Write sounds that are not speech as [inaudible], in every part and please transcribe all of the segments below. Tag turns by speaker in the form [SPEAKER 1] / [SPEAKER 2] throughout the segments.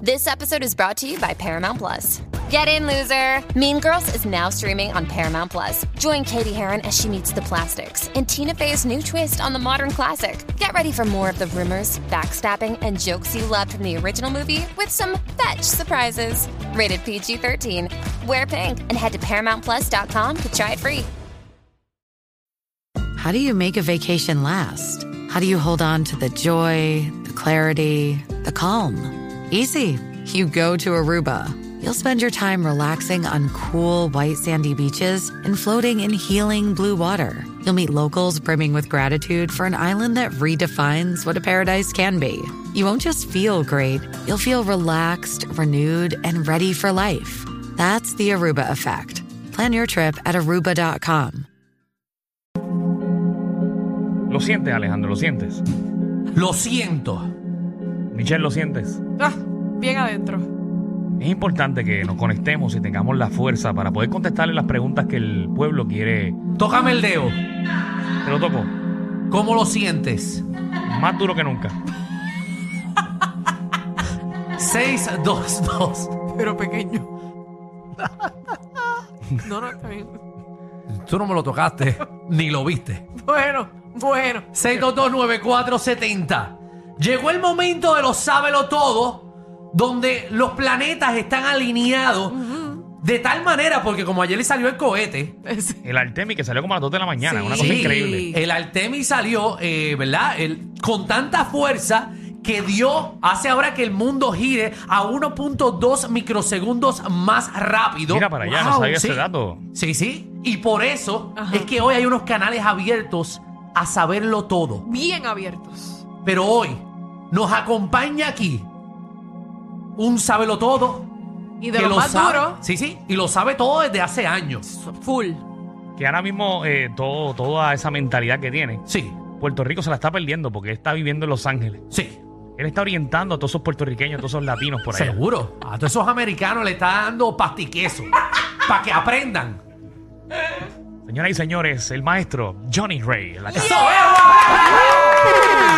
[SPEAKER 1] This episode is brought to you by Paramount Plus. Get in, loser! Mean Girls is now streaming on Paramount Plus. Join Katie Heron as she meets the plastics in Tina Fey's new twist on the modern classic. Get ready for more of the rumors, backstabbing, and jokes you loved from the original movie with some fetch surprises. Rated PG 13. Wear pink and head to ParamountPlus.com to try it free.
[SPEAKER 2] How do you make a vacation last? How do you hold on to the joy, the clarity, the calm? Easy. You go to Aruba. You'll spend your time relaxing on cool, white, sandy beaches and floating in healing blue water. You'll meet locals brimming with gratitude for an island that redefines what a paradise can be. You won't just feel great, you'll feel relaxed, renewed, and ready for life. That's the Aruba effect. Plan your trip at aruba.com.
[SPEAKER 3] ¿Lo sientes, Alejandro? ¿Lo sientes?
[SPEAKER 4] Lo siento.
[SPEAKER 3] Michelle, ¿lo sientes?
[SPEAKER 5] Ah, bien adentro.
[SPEAKER 3] Es importante que nos conectemos y tengamos la fuerza para poder contestarle las preguntas que el pueblo quiere.
[SPEAKER 4] Tócame el dedo.
[SPEAKER 3] Te lo toco.
[SPEAKER 4] ¿Cómo lo sientes?
[SPEAKER 3] Más duro que nunca.
[SPEAKER 4] 622.
[SPEAKER 5] Pero pequeño. [laughs] No, no, está bien.
[SPEAKER 4] Tú no me lo tocaste, [laughs] ni lo viste.
[SPEAKER 5] Bueno, bueno.
[SPEAKER 4] 6229470. Llegó el momento de los sábelo todo, donde los planetas están alineados de tal manera, porque como ayer le salió el cohete,
[SPEAKER 5] Es-
[SPEAKER 3] El Artemi que salió como a las 2 de la mañana,
[SPEAKER 5] Sí.
[SPEAKER 3] una cosa
[SPEAKER 5] Sí.
[SPEAKER 3] increíble.
[SPEAKER 4] el Artemis salió, eh, ¿verdad? El- con tanta fuerza que dio, hace ahora que el mundo gire a 1.2 microsegundos más rápido.
[SPEAKER 3] Mira para allá, no
[SPEAKER 4] Wow,
[SPEAKER 3] sabía
[SPEAKER 4] sí.
[SPEAKER 3] ese dato.
[SPEAKER 4] Sí, sí. Y por eso
[SPEAKER 5] Ajá.
[SPEAKER 4] es que hoy hay unos canales abiertos a saberlo todo.
[SPEAKER 5] Bien abiertos.
[SPEAKER 4] Pero hoy nos acompaña aquí un sábelo todo.
[SPEAKER 5] Y de los más
[SPEAKER 4] sabe,
[SPEAKER 5] duros,
[SPEAKER 4] Sí, sí. Y lo sabe todo desde hace años.
[SPEAKER 5] full.
[SPEAKER 3] Que ahora mismo eh, todo, toda esa mentalidad que tiene,
[SPEAKER 4] Sí,
[SPEAKER 3] Puerto Rico se la está perdiendo porque él está viviendo en Los Ángeles.
[SPEAKER 4] sí.
[SPEAKER 3] Él está orientando a todos esos puertorriqueños, a todos esos latinos por allá.
[SPEAKER 4] Seguro. A todos esos americanos le está dando
[SPEAKER 3] [laughs]
[SPEAKER 4] pastiqueso. para que aprendan.
[SPEAKER 3] Señoras y señores, el maestro Johnny Ray. en la casa.
[SPEAKER 4] ¡Eso es!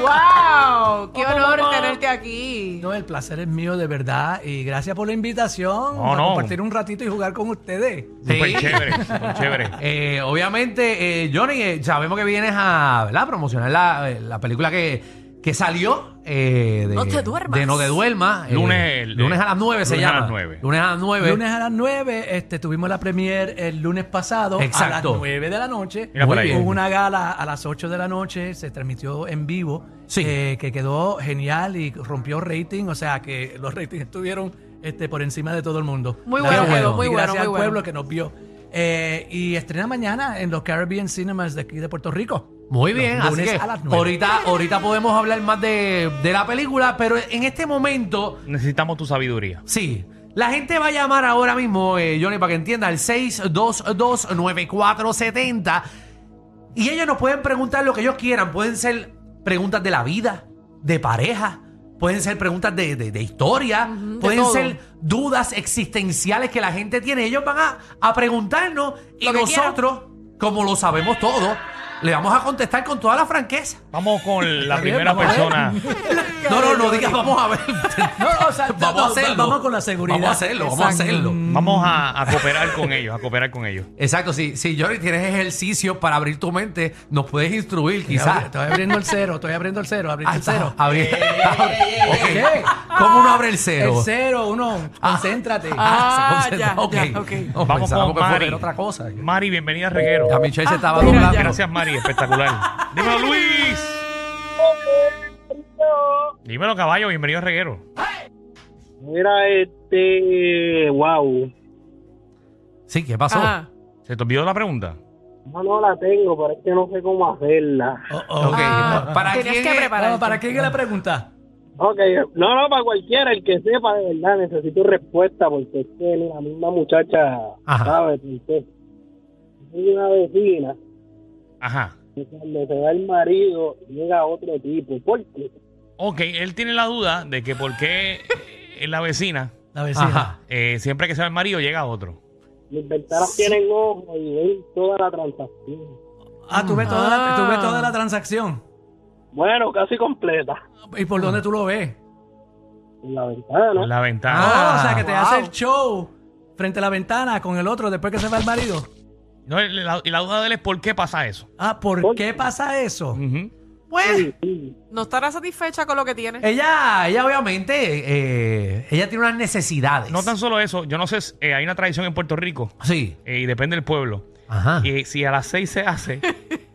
[SPEAKER 5] ¡Wow! ¡Qué honor tenerte aquí!
[SPEAKER 6] No, el placer es mío de verdad y gracias por la invitación
[SPEAKER 3] No,
[SPEAKER 6] a
[SPEAKER 3] no.
[SPEAKER 6] compartir un ratito y jugar con ustedes.
[SPEAKER 3] Súper
[SPEAKER 4] Sí.
[SPEAKER 3] chévere, súper chévere.
[SPEAKER 4] Eh, obviamente, eh, Johnny, eh, sabemos que vienes a ¿verdad? promocionar la, eh, la película que, que salió. eh, de,
[SPEAKER 5] No te duermas.
[SPEAKER 4] De No te duermas. eh,
[SPEAKER 3] Lunes, el-
[SPEAKER 4] lunes a las 9 se
[SPEAKER 3] lunes a
[SPEAKER 4] llama.
[SPEAKER 3] las nueve.
[SPEAKER 4] Lunes a las 9.
[SPEAKER 6] Lunes a las 9, este, tuvimos la premier el lunes pasado a las
[SPEAKER 4] Exacto.
[SPEAKER 6] 9 de la noche.
[SPEAKER 3] Mira por ahí.
[SPEAKER 6] Hubo una gala a las 8 de la noche, se transmitió en vivo,
[SPEAKER 4] Sí.
[SPEAKER 6] eh, que quedó genial y rompió rating, o sea que los ratings estuvieron este, por encima de todo el mundo.
[SPEAKER 5] Muy
[SPEAKER 6] Gracias
[SPEAKER 4] bueno,
[SPEAKER 6] a-
[SPEAKER 4] quedó muy
[SPEAKER 6] y
[SPEAKER 5] bueno,
[SPEAKER 6] Gracias
[SPEAKER 5] muy
[SPEAKER 6] al
[SPEAKER 5] bueno.
[SPEAKER 6] pueblo que nos vio. Eh, y estrena mañana en los Caribbean Cinemas de aquí de Puerto Rico.
[SPEAKER 4] Muy bien,
[SPEAKER 6] Los
[SPEAKER 4] así
[SPEAKER 6] lunes
[SPEAKER 4] que
[SPEAKER 6] a las nueve.
[SPEAKER 4] ahorita, ahorita podemos hablar más de, de la película, pero en este momento,
[SPEAKER 3] Necesitamos tu sabiduría.
[SPEAKER 4] sí, la gente va a llamar ahora mismo, eh, Johnny, para que entienda, al 622-9470 y ellos nos pueden preguntar lo que ellos quieran. Pueden ser preguntas de la vida, de pareja, pueden ser preguntas de, de- de historia, pueden
[SPEAKER 5] todo.
[SPEAKER 4] ser dudas existenciales que la gente tiene. Ellos van a, a preguntarnos y
[SPEAKER 5] Lo que quieran.
[SPEAKER 4] nosotros, como lo sabemos todo, le vamos a contestar con toda la franqueza.
[SPEAKER 3] Vamos con la
[SPEAKER 6] Está bien,
[SPEAKER 3] primera
[SPEAKER 6] vamos a
[SPEAKER 3] persona.
[SPEAKER 6] ver.
[SPEAKER 4] No, no, no digas, vamos a ver.
[SPEAKER 6] [laughs] No, o sea,
[SPEAKER 4] vamos
[SPEAKER 6] no,
[SPEAKER 4] a hacerlo.
[SPEAKER 6] Vamos con la seguridad.
[SPEAKER 4] Vamos a hacerlo, vamos a
[SPEAKER 6] Exacto.
[SPEAKER 4] hacerlo.
[SPEAKER 3] [laughs] Vamos a, a cooperar con ellos, a cooperar con ellos.
[SPEAKER 4] Exacto, si, si Johnny tienes ejercicio para abrir tu mente, nos puedes instruir,
[SPEAKER 6] Estoy abri-
[SPEAKER 4] quizás.
[SPEAKER 6] Estoy abriendo el cero, estoy abriendo el cero, abriendo
[SPEAKER 4] Ah,
[SPEAKER 6] el cero.
[SPEAKER 4] a ver.
[SPEAKER 5] Eh,
[SPEAKER 4] [laughs] Ok.
[SPEAKER 6] ey, ey.
[SPEAKER 4] ¿Cómo uno abre el cero?
[SPEAKER 6] El cero, uno, concéntrate.
[SPEAKER 5] Ah,
[SPEAKER 4] se
[SPEAKER 5] ya,
[SPEAKER 4] concentra. Ok.
[SPEAKER 5] ya, ok.
[SPEAKER 4] No,
[SPEAKER 3] Vamos
[SPEAKER 4] pensábamos
[SPEAKER 3] con
[SPEAKER 4] que fuera
[SPEAKER 3] Mari.
[SPEAKER 4] otra cosa.
[SPEAKER 3] Mari, bienvenida a Reguero.
[SPEAKER 4] La Michelle se estaba
[SPEAKER 5] ah, mira,
[SPEAKER 4] doblando.
[SPEAKER 5] ya.
[SPEAKER 3] Gracias, Mari, espectacular. Dímelo, Luis. Dímelo, caballo, bienvenido a Reguero.
[SPEAKER 7] Mira, este, wow.
[SPEAKER 4] Sí, ¿qué pasó?
[SPEAKER 5] Ajá.
[SPEAKER 3] ¿Se te olvidó la pregunta?
[SPEAKER 7] No, no la tengo, pero es que no sé cómo hacerla.
[SPEAKER 6] Oh, oh.
[SPEAKER 4] Ok,
[SPEAKER 5] Ah,
[SPEAKER 4] ¿Para
[SPEAKER 5] tenías
[SPEAKER 4] quién
[SPEAKER 5] que
[SPEAKER 4] es?
[SPEAKER 5] prepararte.
[SPEAKER 6] No, ¿Para quién es la pregunta?
[SPEAKER 7] Ok, no, no, para cualquiera, el que sepa, de verdad, necesito respuesta, porque es que la misma muchacha,
[SPEAKER 4] Ajá.
[SPEAKER 7] ¿sabes? Entonces, Soy una vecina
[SPEAKER 3] Ajá.
[SPEAKER 7] que cuando se va el marido, llega otro tipo. ¿Por qué?
[SPEAKER 3] Ok, él tiene la duda de que por qué eh, la vecina,
[SPEAKER 6] La vecina.
[SPEAKER 4] Ajá.
[SPEAKER 3] eh, siempre que se va el marido, llega otro.
[SPEAKER 7] Mis ventanas tienen ojos y ven toda la transacción.
[SPEAKER 6] Ah, tú ves, toda la,
[SPEAKER 5] Ah.
[SPEAKER 6] tú ves toda la transacción.
[SPEAKER 7] Bueno, casi completa.
[SPEAKER 4] Ah.
[SPEAKER 6] ¿Y por dónde tú lo ves?
[SPEAKER 7] en la ventana.
[SPEAKER 3] en la ventana.
[SPEAKER 6] Ah, o sea, que te
[SPEAKER 4] wow.
[SPEAKER 6] hace el show frente a la ventana con el otro después que se va el marido.
[SPEAKER 3] No, y la, y la duda de él es por qué pasa eso.
[SPEAKER 6] Ah, ¿por
[SPEAKER 7] Oye.
[SPEAKER 6] qué pasa eso?
[SPEAKER 3] Ujú.
[SPEAKER 4] Pues,
[SPEAKER 7] Sí.
[SPEAKER 5] No estará satisfecha con lo que
[SPEAKER 4] Eh,
[SPEAKER 5] tiene.
[SPEAKER 4] ella, ella obviamente, eh, ella tiene unas necesidades.
[SPEAKER 3] No tan solo eso, yo no sé, si- eh, hay una tradición en Puerto Rico
[SPEAKER 4] Sí.
[SPEAKER 3] eh, y depende del pueblo.
[SPEAKER 4] Ajá.
[SPEAKER 3] Y si a las seis se hace,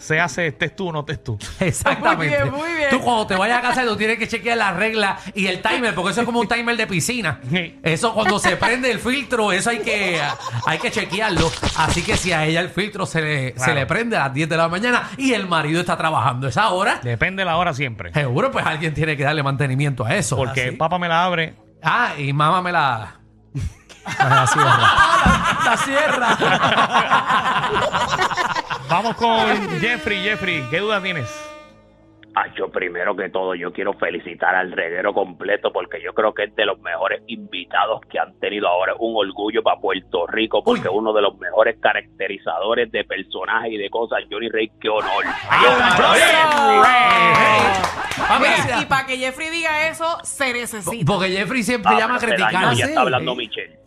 [SPEAKER 3] se hace test tú o no test tú.
[SPEAKER 4] [laughs] Exactamente.
[SPEAKER 5] Muy bien, muy bien.
[SPEAKER 4] Tú cuando te vayas a casa tú tienes que chequear las reglas y el timer, porque eso es como un timer de piscina.
[SPEAKER 3] Sí.
[SPEAKER 4] Eso cuando se prende el filtro, eso hay que, hay que chequearlo. Así que si a ella el filtro se le,
[SPEAKER 3] Claro.
[SPEAKER 4] se le prende a las 10 de la mañana y el marido está trabajando esa hora,
[SPEAKER 3] Depende la hora
[SPEAKER 4] [laughs]
[SPEAKER 3] siempre.
[SPEAKER 4] seguro pues alguien tiene que darle mantenimiento a eso.
[SPEAKER 3] Porque
[SPEAKER 4] Así.
[SPEAKER 3] papá me la abre.
[SPEAKER 4] Ah, y mamá me la... la
[SPEAKER 5] [laughs]
[SPEAKER 4] sierra.
[SPEAKER 6] La sierra.
[SPEAKER 4] [laughs]
[SPEAKER 3] Vamos con Jeffrey, Jeffrey, ¿qué duda tienes?
[SPEAKER 8] Ah, yo primero que todo, yo quiero felicitar al reguero completo porque yo creo que es de los mejores invitados que han tenido ahora. Un orgullo para Puerto Rico porque uno de los mejores caracterizadores de personajes y de cosas, Johnny Rey, qué honor.
[SPEAKER 4] Papi,
[SPEAKER 5] Mira, y para que Jeffrey diga eso, se necesita.
[SPEAKER 4] porque Jeffrey siempre
[SPEAKER 8] Ah,
[SPEAKER 4] llama a
[SPEAKER 8] pero este daño
[SPEAKER 4] criticar.
[SPEAKER 8] ya
[SPEAKER 4] Sí.
[SPEAKER 8] está hablando Michelle.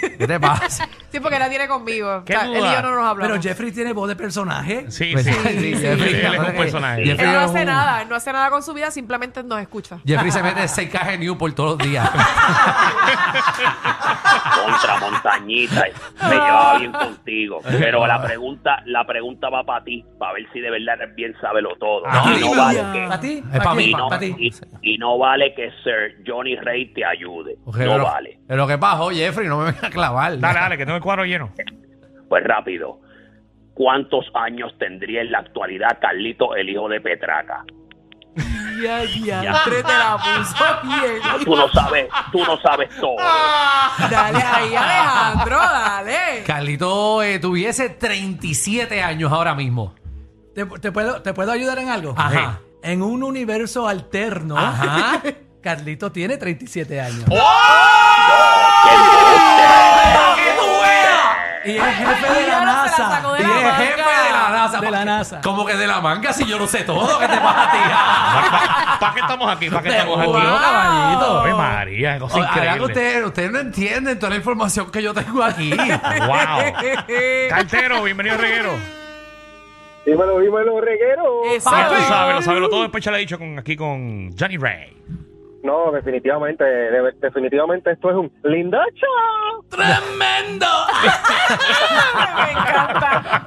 [SPEAKER 4] ¿Qué te pasa?
[SPEAKER 5] Sí, porque la tiene conmigo.
[SPEAKER 3] ¿Qué
[SPEAKER 5] O sea, él y
[SPEAKER 3] duda?
[SPEAKER 5] yo no nos hablamos.
[SPEAKER 6] Pero Jeffrey tiene voz de personaje.
[SPEAKER 3] Sí,
[SPEAKER 4] [laughs] Pues
[SPEAKER 3] sí.
[SPEAKER 4] sí, sí, Jeffrey.
[SPEAKER 3] Él es un personaje.
[SPEAKER 4] Jeffrey
[SPEAKER 5] él no
[SPEAKER 4] es
[SPEAKER 5] hace
[SPEAKER 4] un-
[SPEAKER 5] nada, él no hace nada con su vida, simplemente nos escucha.
[SPEAKER 4] Jeffrey se [laughs] mete seis cajas de Newport todos los [laughs] días.
[SPEAKER 8] Contra montañita, eh. me llevaba bien contigo. Pero la pregunta, la pregunta va para ti, para ver si de verdad eres bien sábelo todo.
[SPEAKER 3] Ah,
[SPEAKER 8] y no
[SPEAKER 3] dime
[SPEAKER 8] vale
[SPEAKER 6] ya.
[SPEAKER 8] que
[SPEAKER 6] ¿Para ti?
[SPEAKER 4] Es pa'
[SPEAKER 6] ¿Para
[SPEAKER 4] mí,
[SPEAKER 6] ti?
[SPEAKER 8] Y no,
[SPEAKER 4] pa'
[SPEAKER 6] ¿Para
[SPEAKER 4] ti.
[SPEAKER 6] ti?
[SPEAKER 8] y- y no vale que Sir Johnny Rey te ayude.
[SPEAKER 4] Oje,
[SPEAKER 8] no
[SPEAKER 4] pero-
[SPEAKER 8] vale.
[SPEAKER 4] Pero que bajo, Jeffrey, no me vengas a clavar.
[SPEAKER 3] Dale, dale, que tengo el cuadro lleno.
[SPEAKER 8] Pues rápido. ¿Cuántos años tendría en la actualidad Carlito, el hijo de Petraca?
[SPEAKER 5] Ya, ya. Tres te la puso bien.
[SPEAKER 8] Tú no sabes, tú no sabes todo.
[SPEAKER 5] Dale ahí, Alejandro, dale.
[SPEAKER 4] Carlito eh, tuviese 37 años ahora mismo.
[SPEAKER 6] ¿Te, te puedo, ¿Te puedo ayudar en algo?
[SPEAKER 4] Ajá.
[SPEAKER 6] En un universo alterno,
[SPEAKER 4] [laughs]
[SPEAKER 6] Carlito tiene 37 años.
[SPEAKER 4] Oh,
[SPEAKER 8] ¡Qué embuste!
[SPEAKER 6] Y es jefe de
[SPEAKER 5] Ahora
[SPEAKER 6] la
[SPEAKER 5] se la
[SPEAKER 6] NASA.
[SPEAKER 5] sacó
[SPEAKER 4] Y
[SPEAKER 5] de la
[SPEAKER 4] es
[SPEAKER 5] manga.
[SPEAKER 4] jefe de la NASA.
[SPEAKER 6] De la NASA.
[SPEAKER 4] Como que de la manga, si yo no sé todo, ¿qué te [laughs] pasa a ti?
[SPEAKER 3] ¿Para qué estamos aquí? ¿Para qué estamos aquí?
[SPEAKER 4] Seguro, caballito.
[SPEAKER 3] Ave María, cosa
[SPEAKER 4] Ahora que
[SPEAKER 3] increíble.
[SPEAKER 4] Oh, ustedes ustedes no entienden toda la información que yo tengo
[SPEAKER 6] [laughs]
[SPEAKER 4] aquí.
[SPEAKER 3] Wow. Cartero, bienvenido al reguero.
[SPEAKER 7] Dímelo, dímelo, reguero.
[SPEAKER 3] Ya
[SPEAKER 5] Exacto.
[SPEAKER 3] Ah, tú sabes, lo sabes, lo todo después ya le he dicho con, aquí con Johnny Ray.
[SPEAKER 4] Eh,
[SPEAKER 7] No, definitivamente, de- definitivamente esto es un lindacho.
[SPEAKER 4] ¡Tremendo!
[SPEAKER 5] [laughs] Me encanta.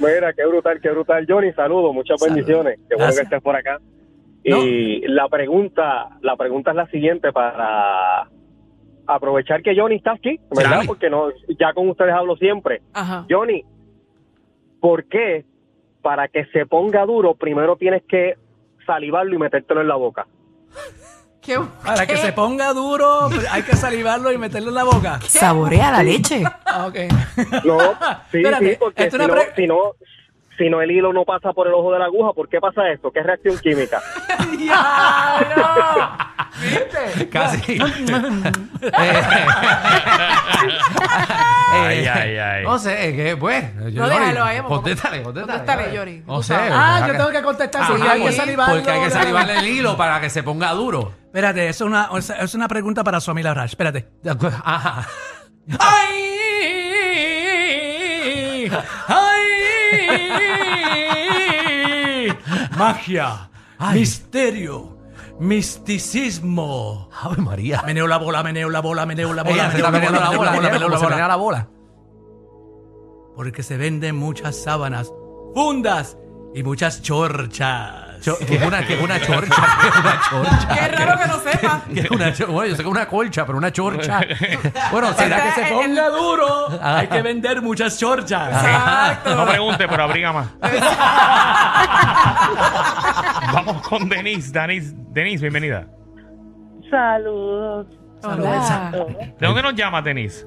[SPEAKER 7] Mira, qué brutal, qué brutal. Johnny, saludos, muchas bendiciones. Qué bueno que estés por acá. Y la pregunta, la pregunta es la siguiente para aprovechar que Johnny está aquí, ¿verdad?
[SPEAKER 4] Dale.
[SPEAKER 7] Porque no, ya con ustedes hablo siempre.
[SPEAKER 5] Ajá.
[SPEAKER 7] Johnny, ¿por qué para que se ponga duro primero tienes que salivarlo y metértelo en la boca?
[SPEAKER 5] Qué-
[SPEAKER 6] Para que
[SPEAKER 5] qué-
[SPEAKER 6] se ponga duro, pues, hay que salivarlo y meterlo en la boca.
[SPEAKER 2] Saborea la leche.
[SPEAKER 6] Ah, ok. [laughs]
[SPEAKER 7] No, sí,
[SPEAKER 6] Espérate,
[SPEAKER 7] sí, porque
[SPEAKER 6] esto
[SPEAKER 7] si
[SPEAKER 6] es
[SPEAKER 7] no,
[SPEAKER 6] una pre-
[SPEAKER 7] si no, si no el hilo no pasa por el ojo de la aguja, ¿por qué pasa esto? ¿Qué reacción
[SPEAKER 9] [laughs]
[SPEAKER 7] química?
[SPEAKER 5] ¡Diablo!
[SPEAKER 4] [laughs]
[SPEAKER 5] ¿Viste?
[SPEAKER 6] [laughs]
[SPEAKER 4] Casi. Ay,
[SPEAKER 3] Ay, ay, ay.
[SPEAKER 4] No sé, es que, pues.
[SPEAKER 5] No, déjalo ahí, vamos.
[SPEAKER 4] Contéstale, contéstale.
[SPEAKER 5] Contéstale, Johnny.
[SPEAKER 4] No
[SPEAKER 5] Tú
[SPEAKER 4] sé.
[SPEAKER 5] sabes.
[SPEAKER 4] ¿verdad
[SPEAKER 6] Ah, yo
[SPEAKER 4] que-
[SPEAKER 6] tengo que contestar porque
[SPEAKER 4] Ajá,
[SPEAKER 6] hay que
[SPEAKER 4] pues,
[SPEAKER 6] salivarlo.
[SPEAKER 4] Porque hay que salivarle el hilo para que se ponga duro.
[SPEAKER 6] Espérate, es una, es- es una pregunta para Suamila Rush. Espérate.
[SPEAKER 4] De acuerdo. Ajá. ¡Ay! ¡Ay!
[SPEAKER 6] Magia, misterio, misticismo.
[SPEAKER 4] Ave María.
[SPEAKER 6] Meneo la bola, meneo la bola, meneo la bola,
[SPEAKER 4] Ella se está
[SPEAKER 6] meneo
[SPEAKER 4] peleando la bola,
[SPEAKER 6] meneo
[SPEAKER 4] mira cómo se menea
[SPEAKER 6] bola.
[SPEAKER 4] la bola.
[SPEAKER 6] Porque se venden muchas sábanas, fundas y muchas chorchas.
[SPEAKER 4] Cho- Que es una, que es una chorcha, [laughs] que es una chorcha.
[SPEAKER 5] Qué raro que no sepa.
[SPEAKER 4] Que es una cho- bueno, yo sé que es una colcha, pero una
[SPEAKER 6] [laughs]
[SPEAKER 4] chorcha. Bueno, será que se
[SPEAKER 5] el-
[SPEAKER 6] Ponga duro,
[SPEAKER 4] Ah.
[SPEAKER 6] hay que vender muchas chorchas.
[SPEAKER 5] Exacto.
[SPEAKER 3] No pregunte, pero abriga más. Vamos con Denise, Denise, Denise, bienvenida.
[SPEAKER 9] Saludos
[SPEAKER 5] Hola.
[SPEAKER 3] ¿De dónde nos llama Denise?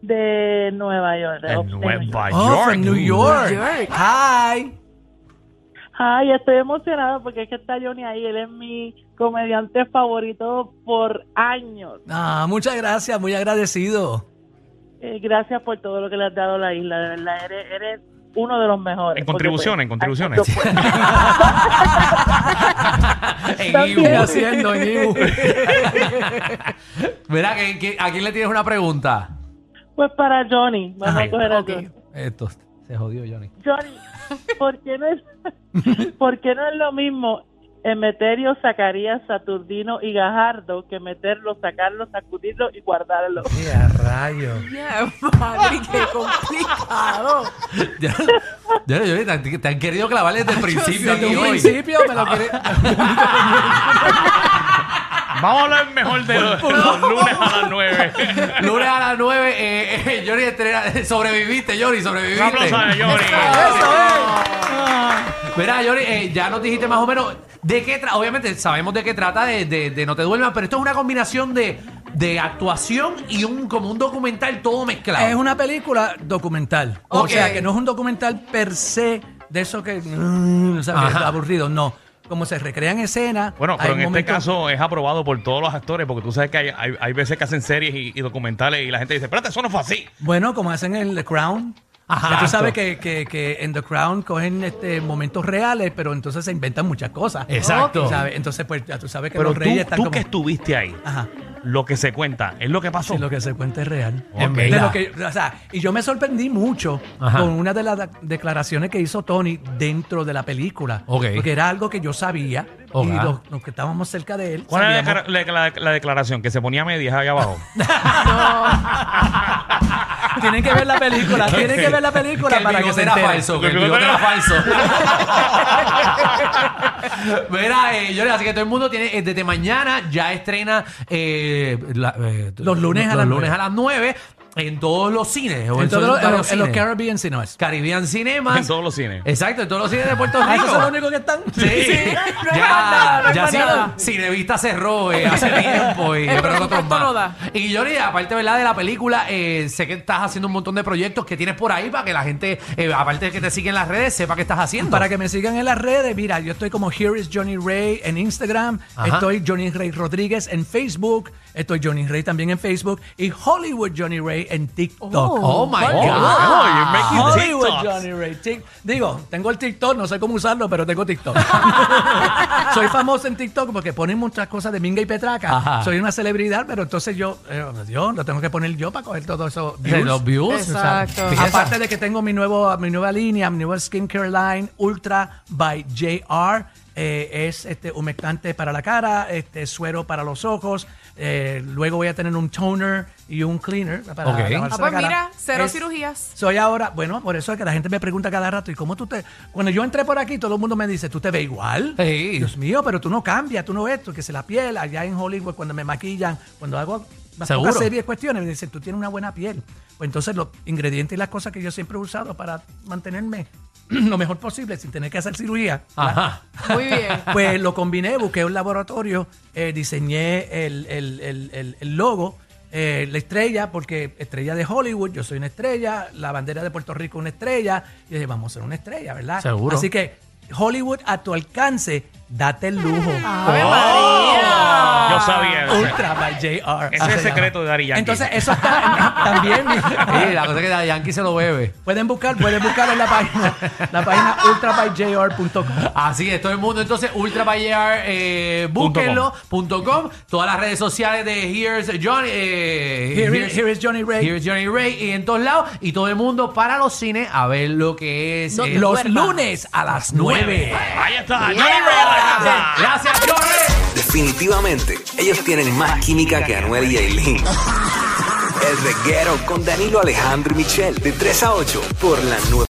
[SPEAKER 9] de Nueva York.
[SPEAKER 3] De Nueva
[SPEAKER 6] Oh,
[SPEAKER 3] York. Mm.
[SPEAKER 6] from New York.
[SPEAKER 5] New York.
[SPEAKER 6] Hi.
[SPEAKER 9] Ay, estoy emocionada porque es que está Johnny ahí. Él es mi comediante favorito por años.
[SPEAKER 6] Ah, muchas gracias, muy agradecido.
[SPEAKER 9] Eh, gracias por todo lo que le has dado a la isla. De verdad, eres, eres uno de los mejores.
[SPEAKER 3] En
[SPEAKER 9] porque,
[SPEAKER 3] contribuciones, en
[SPEAKER 9] pues,
[SPEAKER 3] contribuciones.
[SPEAKER 9] hay muchos,
[SPEAKER 4] En Ibu.
[SPEAKER 9] También.
[SPEAKER 6] haciendo en Ibu.
[SPEAKER 4] Mira, ¿que- que- ¿a quién le tienes una pregunta?
[SPEAKER 9] pues, pues para Johnny, vamos
[SPEAKER 3] Ay,
[SPEAKER 9] a coger a
[SPEAKER 5] ok.
[SPEAKER 9] Johnny.
[SPEAKER 4] Esto se jodió, Johnny.
[SPEAKER 9] Johnny, ¿por qué no es, ¿por qué no es lo mismo Emeterio, Zacarías, Saturnino y Gajardo que meterlo, sacarlo, sacudirlo y guardarlo?
[SPEAKER 6] ¡Qué a rayo!
[SPEAKER 5] Ya, madre, qué complicado.
[SPEAKER 4] Ya, ya, ya, ya, te, te han querido clavar desde el principio
[SPEAKER 6] Desde
[SPEAKER 4] aquí
[SPEAKER 6] un
[SPEAKER 4] hoy.
[SPEAKER 6] principio
[SPEAKER 3] Ah,
[SPEAKER 6] me lo quiere...
[SPEAKER 3] Vamos a hablar mejor de los, los lunes a las 9.
[SPEAKER 4] Lunes a las 9, eh, eh, Johnny Estrella, sobreviviste, Johnny,
[SPEAKER 3] Un
[SPEAKER 4] sobreviviste.
[SPEAKER 3] aplauso a Johnny.
[SPEAKER 6] ¡Eso es!
[SPEAKER 4] Mira, Johnny, eh, ya nos dijiste más o menos de qué trata. Obviamente sabemos de qué trata, de, de- de No te duermas, pero esto es una combinación de, de actuación y un como un documental todo
[SPEAKER 3] ah.
[SPEAKER 4] mezclado.
[SPEAKER 6] Es una película documental. O
[SPEAKER 4] Ok.
[SPEAKER 6] sea, que no es un documental per se de eso que... mm, o sea, que es
[SPEAKER 4] Ajá.
[SPEAKER 6] aburrido, no. Como se recrean escenas...
[SPEAKER 3] Bueno, pero
[SPEAKER 6] hay
[SPEAKER 3] en este
[SPEAKER 6] momentos-
[SPEAKER 3] caso es aprobado por todos los actores, porque tú sabes que hay, hay- hay veces que hacen series y, y documentales y la gente dice, espérate, eso no fue así.
[SPEAKER 6] Bueno, como hacen en The Crown.
[SPEAKER 4] Ajá,
[SPEAKER 6] Ya tú sabes
[SPEAKER 4] exacto.
[SPEAKER 6] que, que- que en The Crown cogen este, momentos reales, pero entonces se inventan muchas cosas.
[SPEAKER 4] Exacto.
[SPEAKER 6] ¿Sabes? Entonces, pues ya tú sabes que
[SPEAKER 3] Pero
[SPEAKER 6] los
[SPEAKER 3] tú,
[SPEAKER 6] reyes están
[SPEAKER 3] tú
[SPEAKER 6] como...
[SPEAKER 3] que estuviste ahí,
[SPEAKER 6] Ajá.
[SPEAKER 3] lo que se cuenta, es lo que pasó.
[SPEAKER 6] Sí, lo que se cuenta es real.
[SPEAKER 3] Ok.
[SPEAKER 6] En verdad.
[SPEAKER 4] De
[SPEAKER 6] lo que- o sea, y yo me sorprendí mucho
[SPEAKER 4] Ajá.
[SPEAKER 6] con una de las da- declaraciones que hizo Tony dentro de la película.
[SPEAKER 4] Ok.
[SPEAKER 6] Porque era algo que yo sabía y
[SPEAKER 4] Ajá.
[SPEAKER 6] los, los que estábamos cerca de él.
[SPEAKER 3] ¿Cuál era la,
[SPEAKER 6] sabíamos.
[SPEAKER 3] decara- la- la- la declaración? Que se ponía medias allá abajo.
[SPEAKER 6] [laughs] Tienen que ver la película, tienen que ver la película
[SPEAKER 4] el
[SPEAKER 6] para que
[SPEAKER 4] bigote
[SPEAKER 6] se
[SPEAKER 4] era
[SPEAKER 6] enteren.
[SPEAKER 4] falso,
[SPEAKER 3] [laughs]
[SPEAKER 4] que el
[SPEAKER 3] El bigote
[SPEAKER 4] bigote era falso.
[SPEAKER 6] [laughs]
[SPEAKER 4] Mira, eh, Johnny, así que todo el mundo tiene eh, desde mañana ya estrena eh, la- eh,
[SPEAKER 6] Los lunes a las
[SPEAKER 4] lunes
[SPEAKER 6] nueve.
[SPEAKER 4] a las 9 en todos los cines o
[SPEAKER 6] En todos los- en los- en los
[SPEAKER 4] cines.
[SPEAKER 6] Caribbean Cinemas.
[SPEAKER 4] Caribbean Cinemas.
[SPEAKER 3] en todos los cines.
[SPEAKER 4] Exacto, en todos los cines de Puerto
[SPEAKER 6] Ah,
[SPEAKER 4] Rico.
[SPEAKER 6] ¿Esos son los únicos que están? [laughs]
[SPEAKER 4] Sí,
[SPEAKER 5] no es
[SPEAKER 4] ya,
[SPEAKER 5] más nada, no es
[SPEAKER 4] ya
[SPEAKER 5] más
[SPEAKER 4] Cine-
[SPEAKER 5] nada.
[SPEAKER 4] Cinevista cerró eh,
[SPEAKER 5] [laughs]
[SPEAKER 4] hace tiempo y
[SPEAKER 5] El
[SPEAKER 4] pero
[SPEAKER 5] presupuesto
[SPEAKER 4] nosotros más.
[SPEAKER 5] no da.
[SPEAKER 4] Y Johnny, aparte ¿verdad? de la película, eh, sé que estás haciendo un montón de proyectos que tienes por ahí para que la gente, eh, aparte de que te sigue en las redes, sepa qué estás haciendo.
[SPEAKER 6] Para que me sigan en las redes, mira, yo estoy como Here is Johnny Ray en Instagram,
[SPEAKER 4] Ajá.
[SPEAKER 6] estoy Johnny Ray Rodríguez en Facebook, estoy Johnny Ray también en Facebook y Hollywood Johnny Ray en TikTok.
[SPEAKER 4] Oh, my
[SPEAKER 3] Oh,
[SPEAKER 4] God.
[SPEAKER 3] oh, you're making
[SPEAKER 6] Hollywood
[SPEAKER 3] TikToks.
[SPEAKER 6] Johnny Ray. Tik- digo, tengo el TikTok, no sé cómo usarlo, pero tengo
[SPEAKER 4] [laughs]
[SPEAKER 6] TikTok. Soy famoso en TikTok porque ponen muchas cosas de Minga y Petraca.
[SPEAKER 4] Ajá.
[SPEAKER 6] Soy una celebridad, pero entonces yo, eh, Dios, lo tengo que poner yo para coger todo eso.
[SPEAKER 4] De Los views. o sea,
[SPEAKER 5] Exacto.
[SPEAKER 4] fíjate.
[SPEAKER 6] Aparte de que tengo mi, nuevo, mi nueva línea, mi nueva skincare line, Ultra by JR. eh, es este humectante para la cara, este suero para los ojos. eh, luego voy a tener un toner y un cleaner para
[SPEAKER 4] Ok.
[SPEAKER 6] lavarse
[SPEAKER 5] Ah,
[SPEAKER 6] la
[SPEAKER 5] pues
[SPEAKER 6] cara.
[SPEAKER 5] mira, cero
[SPEAKER 6] Es-
[SPEAKER 5] cirugías.
[SPEAKER 6] Soy ahora, bueno, por eso es que la gente me pregunta cada rato, ¿y cómo tú te...? Cuando yo entré por aquí, todo el mundo me dice, ¿tú te ves igual?
[SPEAKER 4] Sí.
[SPEAKER 6] Dios mío, pero tú no cambias, tú no ves, tú que se la piel, allá en Hollywood, cuando me maquillan, cuando hago una
[SPEAKER 4] Seguro.
[SPEAKER 6] serie de cuestiones, me dicen, tú tienes una buena piel. Pues entonces los ingredientes y las cosas que yo siempre he usado para mantenerme [clears throat] lo mejor posible sin tener que hacer cirugía,
[SPEAKER 4] Ajá.
[SPEAKER 5] Muy bien.
[SPEAKER 6] pues lo combiné, busqué un laboratorio, eh, diseñé el, el- el- el- el logo, eh, la estrella, porque estrella de Hollywood, yo soy una estrella, la bandera de Puerto Rico una estrella, y dije, vamos a ser una estrella, ¿verdad?
[SPEAKER 4] Seguro.
[SPEAKER 6] Así que Hollywood a tu alcance, date el lujo.
[SPEAKER 4] Oh, Ah.
[SPEAKER 5] ¡Ave María!
[SPEAKER 3] Yo sabía. eso.
[SPEAKER 6] Ultra by JR.
[SPEAKER 3] Ese es el
[SPEAKER 6] se llama.
[SPEAKER 3] secreto de Daddy Yankee.
[SPEAKER 6] Entonces, eso está también.
[SPEAKER 4] Sí, la cosa es que la Yankee se lo bebe.
[SPEAKER 6] Pueden buscar, pueden buscar en la página, la página ultrabyjr.com.
[SPEAKER 4] Así es, todo el mundo. Entonces, Ultra by JR, eh, búsquenlo, punto com. Todas las redes sociales de Here's Johnny. eh,
[SPEAKER 6] Here is- here is Johnny Ray.
[SPEAKER 4] Here's Johnny Ray. Y en todos lados. Y todo el mundo para los cines a ver lo que es.
[SPEAKER 5] No
[SPEAKER 4] eh,
[SPEAKER 5] te
[SPEAKER 6] Los
[SPEAKER 5] duermas.
[SPEAKER 6] lunes a las 9.
[SPEAKER 3] Ahí está, Johnny Ray a la casa.
[SPEAKER 4] Gracias, Johnny.
[SPEAKER 10] Definitivamente, ellos tienen más química que Anuel y Aileen. El reguero con Danilo Alejandro y Michel, de 3 a 8, por la nueva.